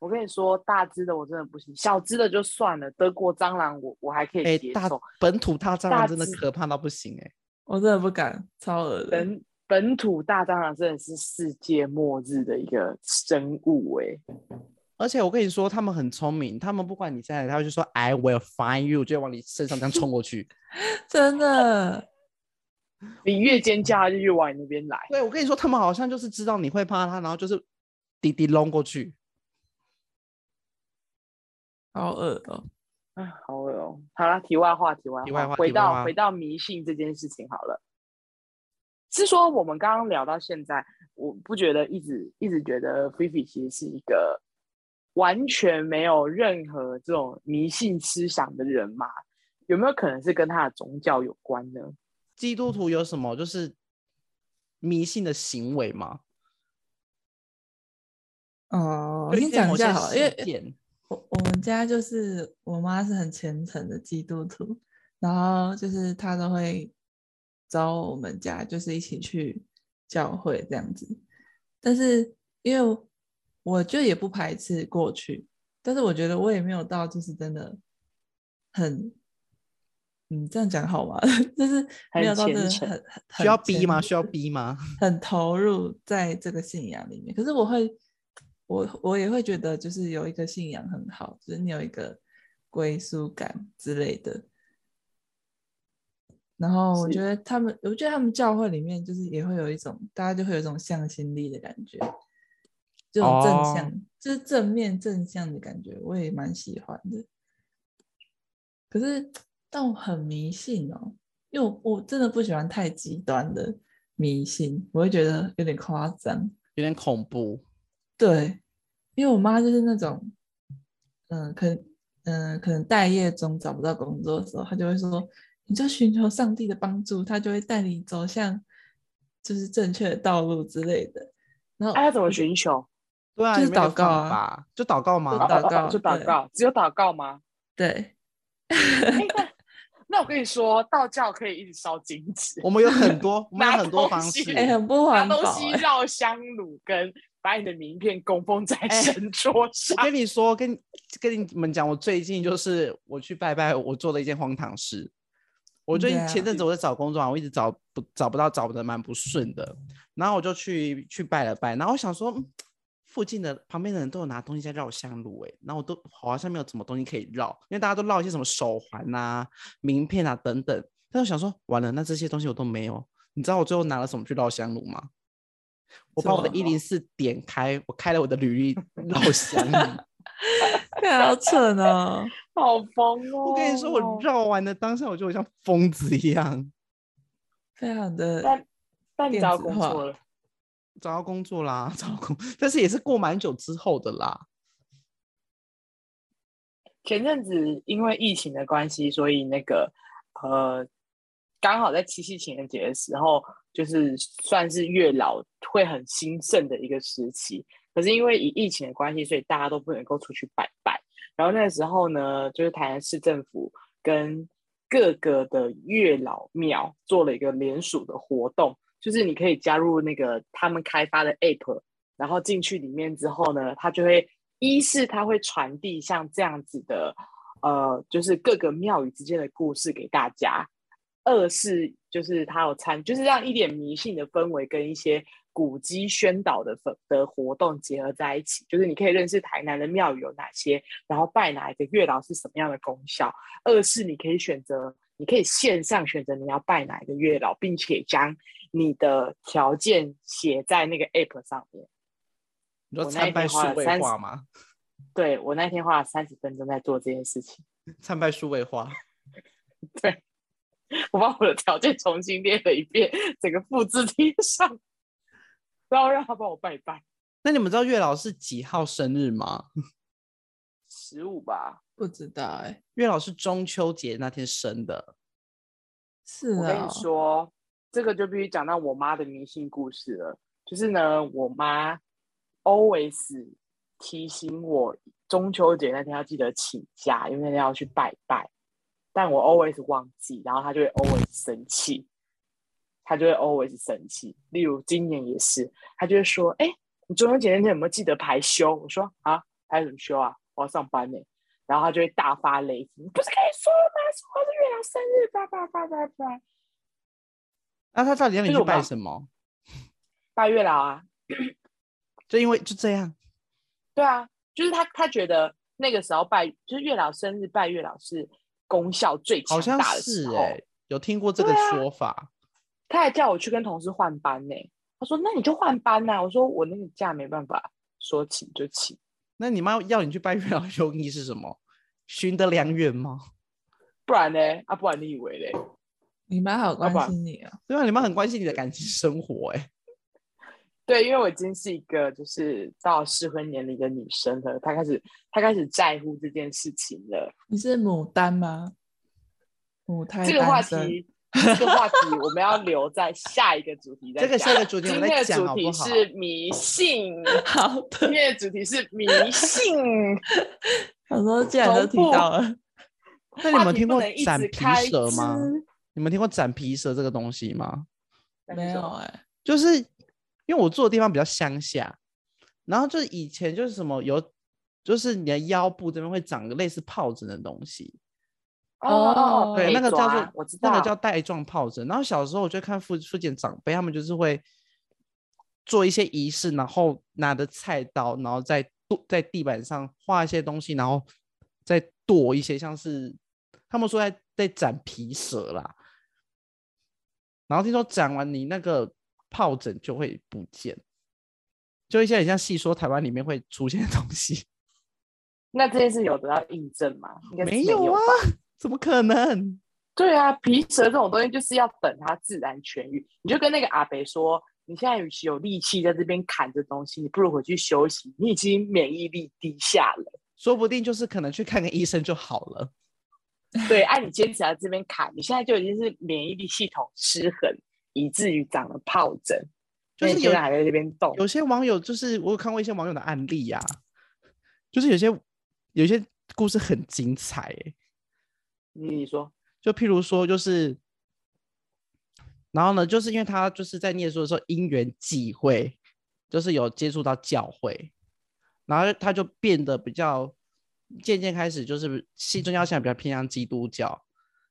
我跟你说，大只的我真的不行，小只的就算了。德国蟑螂我我还可
哎、
以接
大
受，
本土大蟑
大
螂真的
只
可怕到不行哎、
我真的不敢，超恶的。
本本土大蟑螂真的是世界末日的一个生物哎、
而且我跟你说，他们很聪明，他们不管你在哪里，他会就说 “I will find you”，就往你身上这样冲过
[LAUGHS]
去。
真的，
你越尖叫，它就越往你那边来。
对，我跟你说，他们好像就是知道你会怕它，然后就是滴滴弄过去。
好恶哦、
啊，好恶哦。好啦，题外话，题外
题外话
回
题外
到
话
回到迷信这件事情好了。是说我们刚刚聊到现在，我不觉得一直一直觉得菲菲其实是一个完全没有任何这种迷信思想的人嘛？有没有可能是跟他的宗教有关呢？
基督徒有什么就是迷信的行为吗？
哦，
就
我
一
先
些
讲
某
一下
些
好了，因
事
为
件
我我们家就是我妈是很虔诚的基督徒，然后就是她都会找我们家就是一起去教会这样子，但是因为我就也不排斥过去，但是我觉得我也没有到就是真的很。嗯，这样讲好吗？ [LAUGHS] 就是没
很
有到真
虔
的
诚
很很
需要
很
逼
虔
吗？需要逼吗？ [LAUGHS]
很投入在这个信仰里面。可是我会，我我也会觉得，就是有一个信仰很好，就是你有一个归属感之类的。然后我
是
觉得他们，我觉得他们教会里面就是也会有一种，大家就会有一种向心力的感觉，这种正向，
哦
就是正面正向的感觉，我也蛮喜欢的。可是，但我很迷信哦，因为我我真的不喜欢太极端的迷信，我会觉得有点夸张。
有点恐怖。
对，因为我妈就是那种，嗯、可能，嗯、可能待业中找不到工作的时候，她就会说，你就寻求上帝的帮助，他就会带你走向就是正确的道路之类的。然后
哎、要怎么寻求？哦
对啊，
就是
有没有一个
祷告
方
啊
法，就祷告
就
吗？
[LAUGHS] 祷告
就祷
对
告，只有祷告吗？ [LAUGHS]
对，
哎那那我跟你说，道教可以一直烧金纸，
我们有很多，我们有
拿
很多
东
方
西
式。
哎、很不
拿
环
东
保、 [LAUGHS]
西
哎
绕香炉，跟把你的名片供奉在
哎
神桌
我 [LAUGHS]
上。
跟你说，跟跟你们讲，我最近就是我去拜拜，我做了一件荒唐事。我最
对
近
啊
前阵子我在找工作啊，我一直找不找不到，找的蛮不顺的。然后我就去去拜了拜，然后我想说，嗯附近的旁边的人都有拿东西在绕香炉、欸，哎，然后我都好像没有什么东西可以绕，因为大家都绕一些什么手环啊、名片啊等等。但我想说，完了，那这些东西我都没有。你知道我最后拿了什么去绕香炉吗？我
什
把我的
么
一零四点开，我开了我的履历
[LAUGHS]
绕香炉。
[LAUGHS] 看好蠢哦！
好疯哦！
我跟你说，我绕完的当下，我就像疯子一样，
非常的
但但你
电
找到
子
工
化
作了，
找到工作啦，找到工，但是也是过蛮久之后的啦。
前阵子因为疫情的关系，所以那个呃，刚好在七夕情人节的时候，就是算是月老会很兴盛的一个时期。可是因为以疫情的关系，所以大家都不能够出去拜拜。然后那个时候呢，就是台南市政府跟各个的月老庙做了一个联署的活动，就是你可以加入那个他们开发的 app，然后进去里面之后呢，它就会一是它会传递像这样子的，呃，就是各个庙宇之间的故事给大家；二是就是它有参，就是让一点迷信的氛围跟一些古迹宣导的氛的活动结合在一起，就是你可以认识台南的庙宇有哪些，然后拜哪一个月老是什么样的功效；二是你可以选择，你可以线上选择你要拜哪一个月老，并且将你的条件写在那个 app 上面。
你说
我那一
参
天
拜数
花了
位
30
化吗？
对我那天花了三十分钟在做这件事情，
参拜数位化，
我把我的条件重新列了一遍，整个复制贴上，然后让他帮我拜拜。
那你们知道月老是几号生日吗？
十五吧，
不知道哎，
月老是中秋节那天生的，
是
我跟你
啊，
说，这个就必须讲到我妈的迷信故事了。就是呢，我妈 always 提醒我中秋节那天要记得请假，因为那天要去拜拜。但我 always 忘记，然后她就会 always 生气，她就会 always 生气。例如今年也是，她就会说：“哎、你中秋节那天有没有记得排休？”我说：“啊，排什么休啊？我要上班呢、然后他就会大发雷霆，不是跟你说了吗？说是月亮生日，叭叭叭叭叭，
那他到底让你
这个
去
我
拜
妈
什么？
拜月老啊，
就因为就这样，
对啊，就是他他觉得那个时候拜，就是月老生日拜月老是功效最强
好像
大的时
是
候，
哎、有听过这个
对啊
说法，
他还叫我去跟同事换班呢、他说那你就换班呐、我说我那个假没办法，说请就请，
那你妈要你去拜月老用意是什么？寻得良缘吗？
不然呢？啊，不然你以为嘞？
你妈好关
不然
心你哦。
对啊，你妈很关心你的感情生活、欸，哎，
对，因为我已经是一个就是到适婚年龄的女生了，她开始她开始在乎这件事情了。
你是牡丹吗？母胎
这个话
单身
题， [LAUGHS] 这个话题我们要留在下一个主题再
这个
讲
下一个主题我
今
们再
天的
讲
主
好
题
不好？
是
[LAUGHS]
迷信，
[LAUGHS] 好的
今，天的主题是迷信。
想说既然都提
同步
到了，
那你
话
们
题
听
不
过
能一
斩
直
皮
开
蛇吗
支？
你们听过斩皮蛇这个东西吗？
没
哦
有哎、
[LAUGHS]
就是因为我住的地方比较乡下，然后就是以前就是什么有，就是你的腰部这边会长个类似疱疹的东西，
哦，
对，
被
那个叫
抓
做
我知道，
那个叫带状疱疹。然后小时候我就看附附近的长辈，他们就是会做一些仪式，然后拿着菜刀，然后在剁在地板上画一些东西，然后再剁一些，像是他们说在在斩皮蛇啦。然后听说斩完你那个疱疹就会不见，就一些很像戏说台湾里面会出现的东西，
那这件事有得到印证吗？应该是
没
有
有啊
吧？
怎么可能？
对啊，皮蛇这种东西就是要等它自然痊愈。你就跟那个阿北说，你现在与其有力气在这边砍着东西，你不如回去休息，你已经免疫力低下了。
说不定就是可能去看个医生就好了。
对，按、你坚持在这边砍，你现在就已经是免疫力系统失衡，以至于长了疱疹，
就
那
是
你
有
现在还在这边动。
有些网友就是我有看过一些网友的案例呀、啊就是有些有些故事很精彩、欸，
你你说，
就譬如说就是，然后呢，就是因为他就是在念书的时候因缘际会，就是有接触到教会，然后他就变得比较渐渐开始就是信宗教现在比较偏向基督教，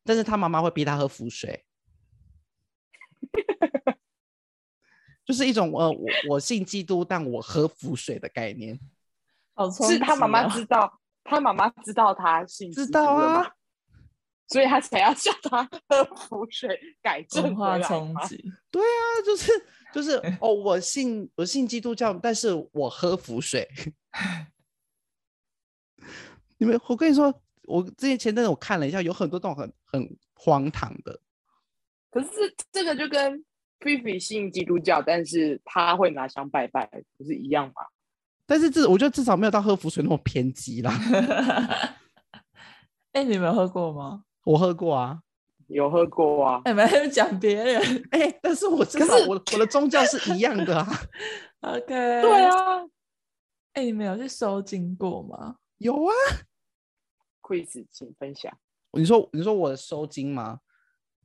但是他妈妈会逼他喝符水。 [LAUGHS] 就是一种呃，我我信基督，但我喝符水的概念。
好冲击哦，
是他妈妈知道，他妈妈知道他信
知
基
道
督了
啊
吗，所以他才要叫他喝符水改正
文
回
化
来
冲
嘛
击， [LAUGHS]
那就是就是哦，我信我信基督教，但是我喝符水。 [LAUGHS] 你们，我跟你说，我之前前阵子我看了一下，有很多这种很很荒唐的，
可是这这个就跟菲菲信基督教，但是他会拿香拜拜，不是一样吗？
但是至我觉得至少没有到喝符水那么偏激啦。 [LAUGHS]
哎、你们喝过吗？
我喝过啊，
有喝过啊？
哎、你们 [LAUGHS] 还讲别人
哎、但是我至
可
少
是
我的我的宗教是一样的啊， [LAUGHS]
？OK，
[LAUGHS] 对，啊
哎、你们有去收金过吗？
有啊。
，Quiz，请分享。
你说你说我的收精吗？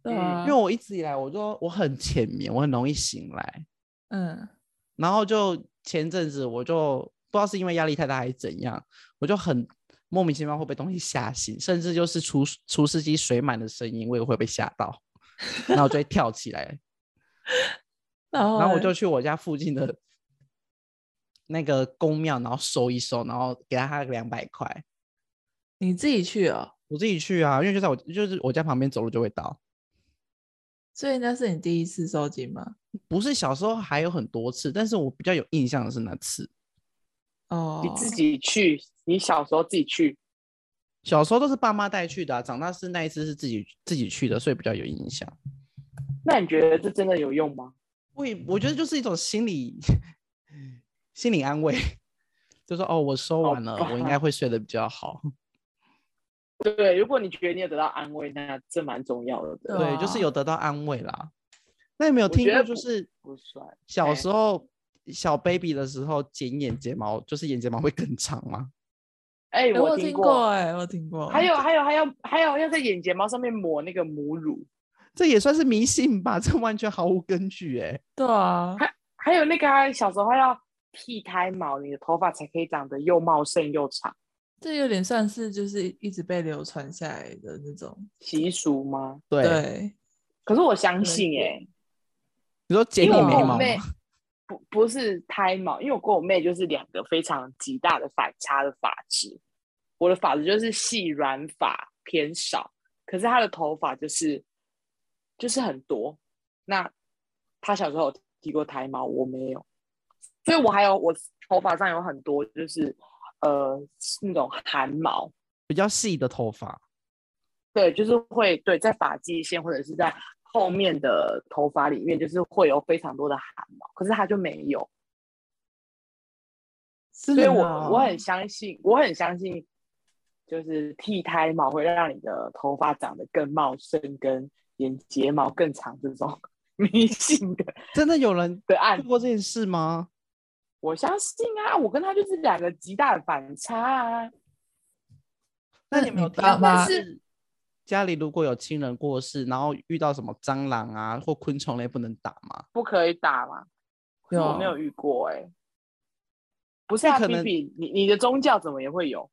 对
嗯
啊，
因为我一直以来我说我很浅眠，我很容易醒来，
嗯，
然后就前阵子我就不知道是因为压力太大还是怎样，我就很莫名其妙会被东西吓醒，甚至就是除除湿机水满的声音，我也会被吓到，然后我就会跳起来，
然后
然后我
嘞
就去我家附近的那个公庙，然后收一收，然后给他两百块，
你自己去哦，
我自己去啊，因为就在我就是我家旁边走路就会到，
所以那是你第一次收金吗？
不是小时候还有很多次，但是我比较有印象的是那次。
哦，
你自己去，你小时候自己去，
小时候都是爸妈带去的啊、长大是那一次是自己自己去的，所以比较有印象。
那你觉得这真的有用吗？
我也我觉得就是一种心理心理安慰，就说哦，我收
好啊
完了，我应
吧
该会睡得比较好。
对，如果你觉得你有得到安慰，那这蛮重要的。
对
对，就是
哇
有得到安慰啦。那有没有
啊我
听
觉
过
得
就
不
是
不算
小
哎
时候小 baby 的时候剪眼睫毛，就是眼睫毛会更长吗？
哎、
哎、
我
有听
过。
哎、我有听过，
还有还有还要还有要在眼睫毛上面抹那个母乳，
这也算是迷信吧？这完全毫无根据哎、
对啊，
还有那个、啊、小时候要剃胎毛，你的头发才可以长得又茂盛又长，
这有点算是就是一直被流传下来的那种，
习俗吗？
对，
对，
可是我相信哎、
你说剪
因
你
为我
眉
跟我
毛
妹
吗？
不不是胎毛，因为我跟我妹就是两个非常极大的反差的发质。我的发质就是细软发偏少，可是她的头发就是就是很多。那她小时候有剃过胎毛，我没有，所以我还有我头发上有很多就是呃那种汗毛，
比较细的头发，
对，就是会对在发际线或者是在后面的头发里面，就是会有非常多的汗毛，可是她就没有。
所
所以
哦
我我很相信，我很相信，就是剃胎毛会让你的头发长得更茂盛，跟眼睫毛更长这种 [LAUGHS] 迷信的
真的有人
的案
做，过这件事吗？
我相信啊，我跟他就是两个极大的反差啊。
那
那
你们有
你
听
爸
过
妈
是家里如果有亲人过世，然后遇到什么蟑螂啊或昆虫类不能打吗？
不可以打吗？可是我没有遇过哎、不是
那
啊，
可
比
能
比，你你的宗教怎么也会有？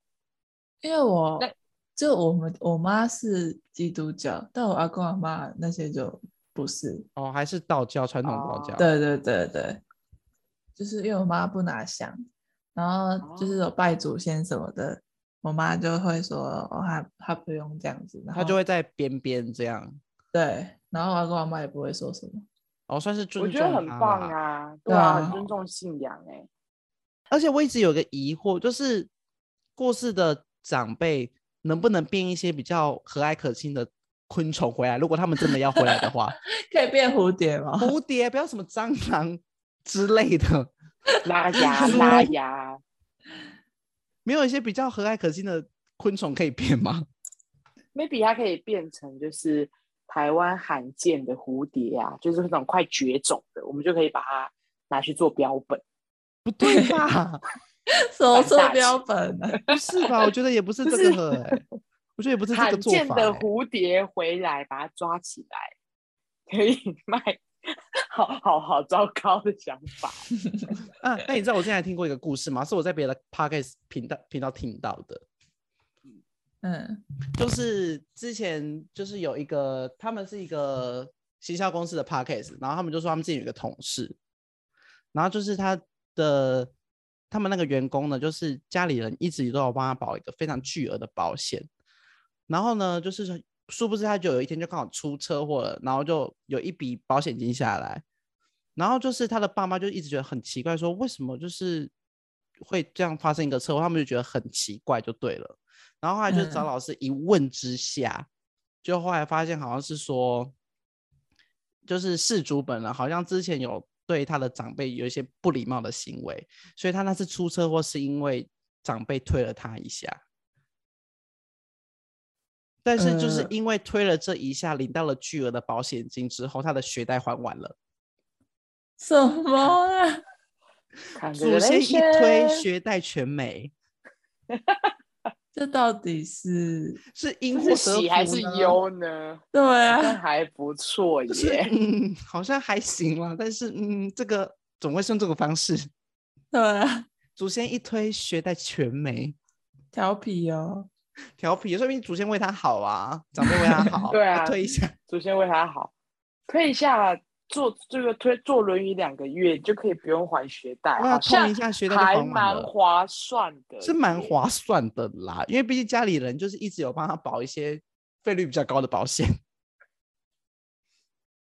因为我
那
就我们我妈是基督教，但我阿公阿妈那些就不是。
哦，还是道教传统道
哦
教？，
对对对对，就是因为我妈不拿香，然后就是有拜祖先什么的，我妈就会说哦，她她不用这样子，然后
哦
他就会在边边这样，
对，然后我阿公阿妈也不会说什么。
哦，算是
我
尊
觉
重
得很
他
棒
啦！
啊，
对
对啊，
啊
很尊重信仰哎、
而且我一直有个疑惑，就是过世的长辈能不能变一些比较和蔼可亲的昆虫回来？如果他们真的要回来的
[LAUGHS]
话，
可以变蝴蝶吗？
蝴蝶不要什么蟑螂之类的， [LAUGHS]
拉牙
猪
拉牙，
没有一些比较和蔼可亲的昆虫可以变吗？
maybe 它可以变成就是台湾罕见的蝴蝶啊，就是那种快绝种的，我们就可以把它拿去做标本。
不对
[LAUGHS]
吧？
[LAUGHS] 什么
反
做
大气
标本啊呢、
不是吧？我觉得也不是
不
这
是
个、欸，我觉得也不是这个
罕
做
见
法、
的
欸。
蝴蝶回来，把它抓起来，可以卖。好好好，糟糕的想法。
啊，那你知道我之前还听过一个故事吗？是我在别的 podcast 频道频道听到的，
[LAUGHS] 嗯
就是之前就是有一个他们是一个行销公司的 podcast，然后他们就说他们自己有一个同事，然后就是他的他们那个员工呢，就是家里人一直都有帮他保一个非常巨额的保险，然后呢，就是殊不知他就有一天就刚好出车祸了，然后就有一笔保险金下来，然后就是他的爸妈就一直觉得很奇怪，说为什么就是会这样发生一个车祸，他们就觉得很奇怪就对了，然后后来就找
嗯
老师一问之下，就后来发现好像是说，就是事主本人好像之前有对他的长辈有一些不礼貌的行为，所以他那次出车祸是因为长辈推了他一下，但是就是
呃
因为推了这一下，领到了巨额的保险金之后，他的学贷还完了。
什么啊？
[LAUGHS] 祖先一推，学贷全没，
这到底是？
是因祸
是
得
喜还
福
是
呢？
忧呢？ [LAUGHS]
对
好像
啊，
还不错
就是
耶。
嗯，好像还行啦，但是嗯，这个总会是用这种方式。
对啊，
祖先一推，学贷全没，
调皮哦。
调皮，说明祖先为他好啊，长辈为他
[LAUGHS]
好，
对
他
啊
推一下，
祖先为他好，推一下坐这个推坐轮椅两个月就可以不用还学贷，
那
好
痛
像
啊一下学贷就
还
还完
蛮
了，
划算的耶，
是蛮划算的啦，因为毕竟家里人就是一直有帮他保一些费率比较高的保险，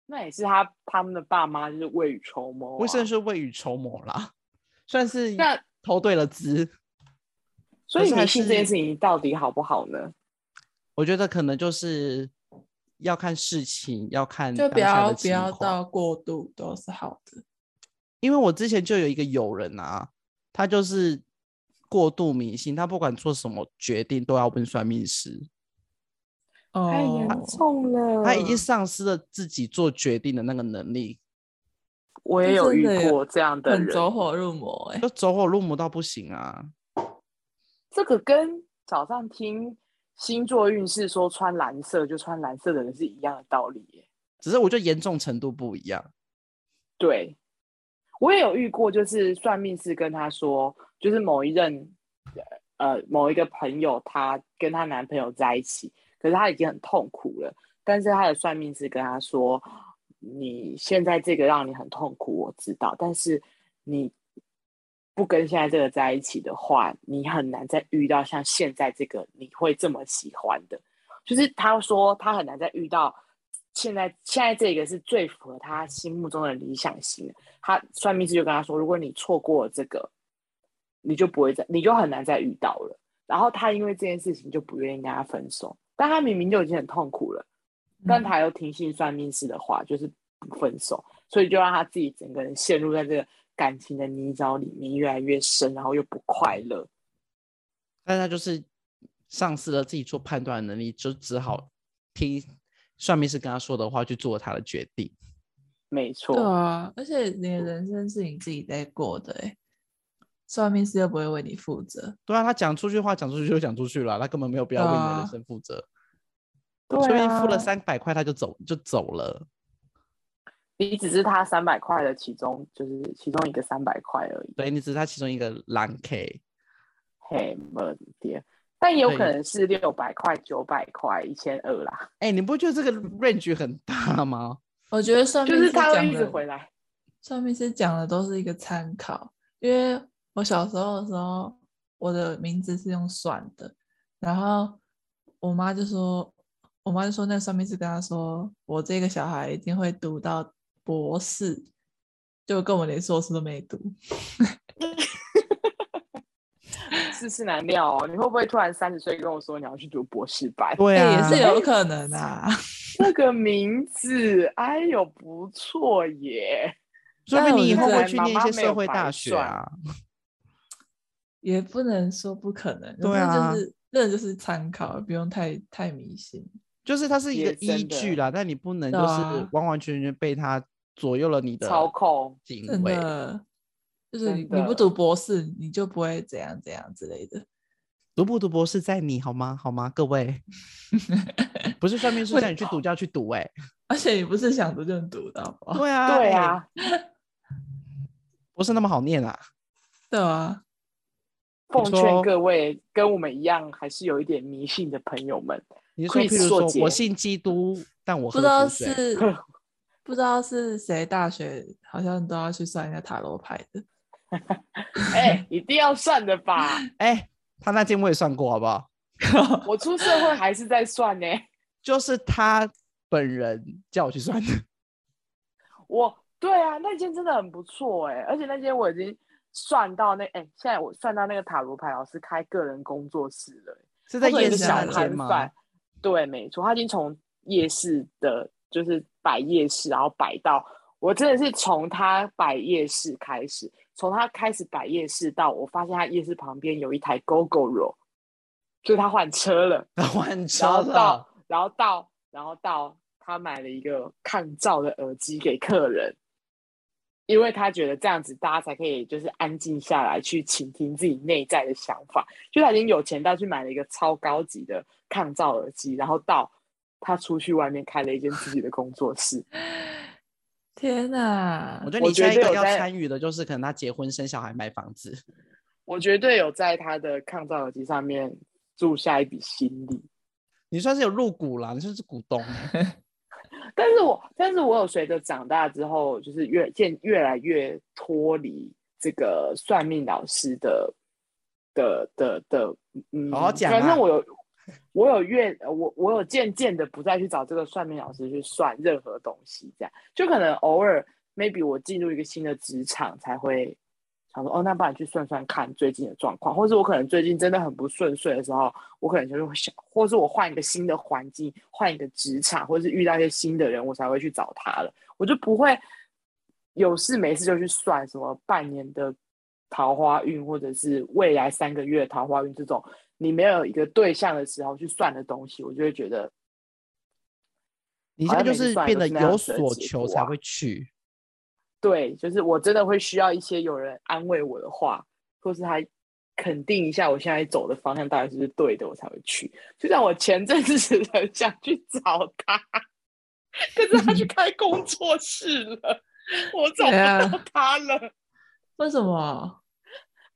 那也是他他们的爸妈就是未雨绸缪、啊。
我甚至是未雨绸缪啦，算是
那
投对了资。
所
可
以
是还
迷信这件
是
事情到底好不好呢？
我觉得可能就是要看事情，要
嗯
看
就
当
不
下
要
的
不
情
要
况
到过度都是好的。
因为我之前就有一个友人啊，他就是过度迷信，他不管做什么决定都要问算命师，
太
哦
严，重了，
他已经丧失了自己做决定的那个能力，
我也
这
有
真
遇
的有
过这样的
很
人，
走火入魔哎、
就走火入魔到不行啊！
这个跟早上听星座运势说穿蓝色就穿蓝色的人是一样的道理耶。
只是我觉得严重程度不一样，
对，我也有遇过，就是算命师跟他说，就是某一任呃某一个朋友，她跟她男朋友在一起，可是她已经很痛苦了，但是她的算命师跟她说，你现在这个让你很痛苦，我知道，但是你。不跟现在这个在一起的话，你很难再遇到像现在这个你会这么喜欢的。就是他说他很难再遇到现在现在这个是最符合他心目中的理想型的。他算命师就跟他说，如果你错过了这个，你就不会再，你就很难再遇到了。然后他因为这件事情就不愿意跟他分手，但他明明就已经很痛苦了，但
嗯
他又听信算命师的话，就是不分手，所以就让他自己整个人陷入在这个感情的泥沼里面，越来越深，然后又不快乐。
但是他就是丧失了自己做判断的能力，就只好听算命师跟他说的话去做他的决定。
没错，
对啊，而且你的人生是你自己在过的哎、算命师又不会为你负责，
对啊，他讲出去话讲出去就讲出去了，他根本没有必要为你的人
啊
生负责，
嗯对
所以付了
啊
三百块他就走就走了。
你只是他三百块的其中，就是其中一个三百块而已。
对你只是他其中一个蓝 K，
嘿，没跌，但也有可
对
能是六百块、九百块、一千二啦，
哎、你不觉得这个 range 很大吗？
我觉得算
就
命师
是他会
讲
一直
的
回来。
算命师讲的都是一个参考，因为我小时候的时候，我的名字是用算的，然后我妈就说，我妈就说那个算命师跟她说，我这个小孩一定会读到博士，就跟我连硕士都没读，
世事难料哦，你会不会突然三十岁跟我说你要去读博士班？
对
哎
啊，
也是有可能啊。 [LAUGHS]
这个名字，哎呦，不错耶！
说不
但
定
我
你以
觉
后
得
会去
妈
念一
妈
些社
没有
会
白
大学
赚
啊。
也不能说不可能，
对
可是
啊
就是那就是参考，不用太太迷信。
就是它是一
也
个依
真的
据啦，但你不能就
对
是
啊
完完全全被它左右了你的
操控，
行
真
为。
的，就是
真
你你不
的
读博士，你就不会怎样怎样之类的。
读不读博士在你好吗？好吗？各
[LAUGHS]
位，不是算命师
为
叫你去读就要去读哎、
而且你不是想读就能读到吧？
[LAUGHS] 对啊，
对
哎
啊，
不是那么好念啊。
对啊，
奉
说
劝各位跟我们一样还是有一点迷信的朋友们，
你是说，
Quiz
譬如
做
说我
解
哦信基督，但我
不
喝
知道
符水
是不知道是谁大学好像都要去算一下塔罗牌的。
哎、一定要算的吧？
哎，他那间我也算过，好不好？
我出社会还是在算呢、
就是他本人叫我去算的。
[LAUGHS] 我对啊，那间真的很不错哎、而且那间我已经算到那哎、现在我算到那个塔罗牌老师开个人工作室了、欸
是
它
在
是一
夜
个
市
小
那
夜市
间
摊
吗
贩？，
[LAUGHS]
对，没错，他已经从夜市的，就是摆夜市，然后摆到我真的是从他摆夜市开始，从他开始摆夜市到我发现他夜市旁边有一台 GoGoRo，就是他换车了，
换车
然后
了
到，然后到，然后到他买了一个抗噪的耳机给客人。因为他觉得这样子，大家才可以就是安静下来，去倾听自己内在的想法。就他已经有钱到去买了一个超高级的抗噪耳机，然后到他出去外面开了一间自己的工作室。
天哪！
我觉得
我
你下一
觉得
个
有
要
在
参与的就是可能他结婚、生小孩、买房子。
我绝对有在他的抗噪耳机上面注下一笔心力。
你算是有入股啦，你算是股
[LAUGHS]
东欸。
但是我但是我有随着长大之后，就是越渐越来越脱离这个算命老师的的的的，嗯，
好好讲
反
啊
正我有我有越我我有渐渐的不再去找这个算命老师去算任何东西，这样就可能偶尔 maybe 我进入一个新的职场才会。想说哦，那不然去算算看最近的状况，或是我可能最近真的很不顺遂的时候，我可能就是会想，或是我换一个新的环境，换一个职场，或是遇到一些新的人，我才会去找他了。我就不会有事没事就去算什么半年的桃花运，或者是未来三个月的桃花运这种你没有一个对象的时候去算的东西，我就会觉得
你现
好
在
像
就
每次
是
算
变
都
得
是那样
有
子的
所
结
求
果
才
啊
会去。
对，就是我真的会需要一些有人安慰我的话，或是他肯定一下我现在走的方向到底是不是对的，我才会去。就像我前阵子 [LAUGHS] 很想去找他，可是他去开工作室了，我找
对啊
不到他了。
为什么？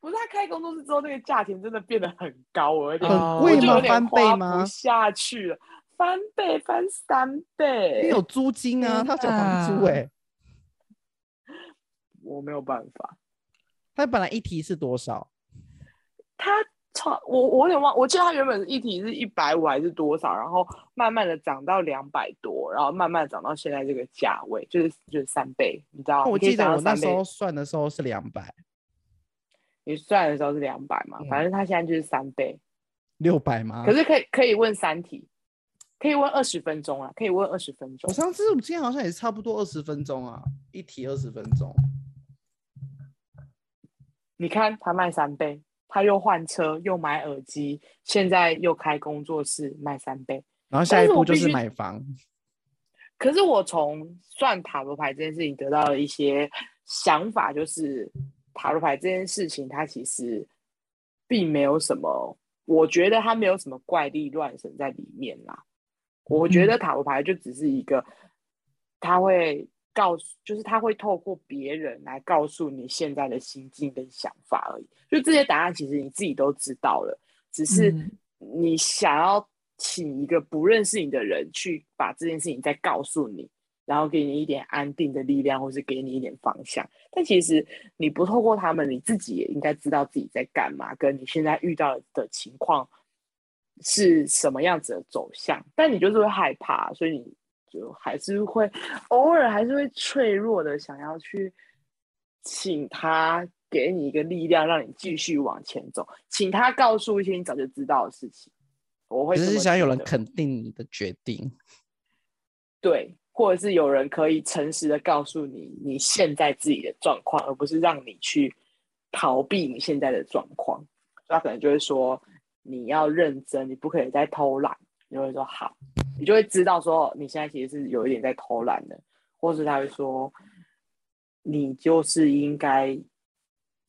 不是他开工作室之后，那个价钱真的变得很高，我有点
很
我
贵
就有
吗
点
翻
花
倍
不
吗
下去了，翻倍翻三
你
倍，
有租金啊，
天
他要缴房租
哪
哎、
我没有办法。
他本来一题是多少？
他超我我有点忘，我记得他原本一题是一百五还是多少，然后慢慢的涨到两百多，然后慢慢地涨到现在这个价位，就是就是三倍，你知道？
哦我
你可以
记得
涨到
我那
三
时
倍
候算的时候是两百
你算的时候是两百嘛
嗯，啊
反正他现在就是三倍，
六百吗？
可是可以可以问三题，可以问二十分钟啊，可以问二十分钟
我。上次我记得好像也差不多二十分钟啊，一题二十分钟。
你看他卖三倍，他又换车，又买耳机，现在又开工作室卖三倍。
然后
但
下一
是
步
我
就
必
是
须
买房，
可是我从算塔罗牌这件事情得到了一些想法，就是塔罗牌这件事情，它其实并没有什么，我觉得它没有什么怪力乱神在里面啦。我觉得塔罗牌就只是一个，它会告诉，就是它会透过别人来告诉你现在的心境跟想法而已。就这些答案，其实你自己都知道了，只是
嗯
你想要请一个不认识你的人去把这件事情再告诉你，然后给你一点安定的力量，或是给你一点方向。但其实你不透过他们，你自己也应该知道自己在干嘛，跟你现在遇到的情况是什么样子的走向。但你就是会害怕，所以你就还是会偶尔还是会脆弱的想要去请他给你一个力量，让你继续往前走，请他告诉一些你早就知道的事情。我会
只
这
是
么
想有
觉
人
得
肯定你的决定。
对，或者是有人可以诚实的告诉你你现在自己的状况，而不是让你去逃避你现在的状况。他可能就会说你要认真，你不可以再偷懒。你就会说好，你就会知道说你现在其实是有一点在偷懒的，或是他会说你就是应该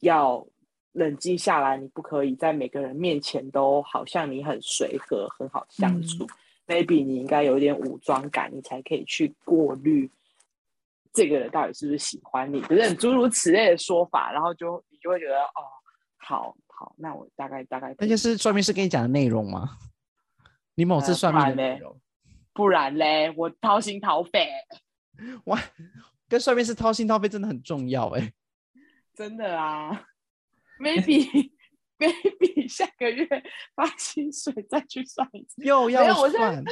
要冷静下来，你不可以在每个人面前都好像你很随和、很好相处。maybe 你应该有一点武装感，你才可以去过滤这个人到底是不是喜欢你，不是诸如此类的说法，然后就你就会觉得哦，好好，那我大概大概
那
可以
些是算命师跟你讲的内容吗？你某次
呃
算
不
命的
然嘞
内容，
不然嘞，我掏心掏肺， [LAUGHS]
哇，跟算命师掏心掏肺真的很重要
[LAUGHS]
哎、
真的啊，maybe maybe 下个月发薪水再去算一次。
又
没
要
有我现在
算，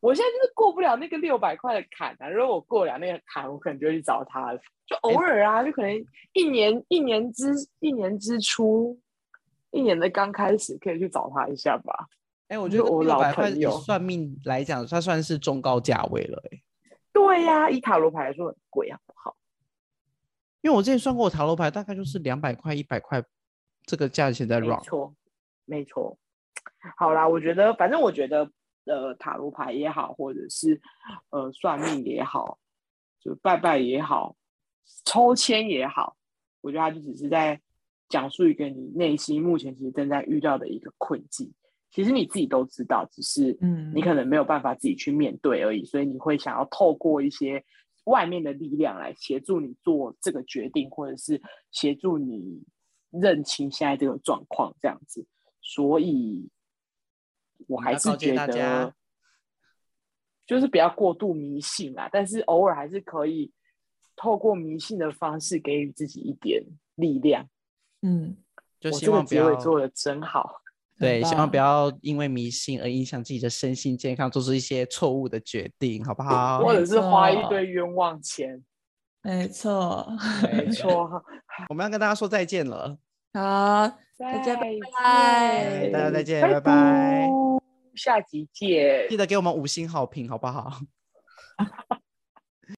我现在就是过不了那个六百块的坎啊！如果我过了那个坎，我可能就会去找他了。就偶尔啊，就可能一年一年之一年之初，一年的刚开始可以去找他一下吧。
哎、我
我
觉得
我
六
老
百块
朋
以
友
算命来讲，它算是中高价位了、欸。
对呀、以塔罗牌来说很贵啊，不好。
因为我之前算过塔罗牌，大概就是两百块、一百块这个价钱在
没
run。
错，没错。好啦，我觉得，反正我觉得，呃，塔罗牌也好，或者是呃算命也好，就拜拜也好，抽签也好，我觉得它就只是在讲述一个你内心目前其实正在遇到的一个困境。其实你自己都知道，只是
嗯
你可能没有办法自己去面对而已，所以你会想要透过一些外面的力量来协助你做这个决定，或者是协助你认清现在这个状况这样子。所以，我
我们嗯
还
要
是
告诫
觉
大
得
家，
就是不要过度迷信啦，但是偶尔还是可以透过迷信的方式给予自己一点力量。
嗯，
就
我
希
这个
望不
结尾
要
做的真好。
对，
很
希望不
棒
要因为迷信而影响自己的身心健康，做出一些错误的决定，好不好？
或者是花一
错
堆冤枉钱，
没错。 [LAUGHS]
没错。
我们要跟大家说再见了，
好，
大
家
家
拜拜
拜拜，
大家再见拜
拜
拜，
下集见
记。得给我们五星好评，好不好？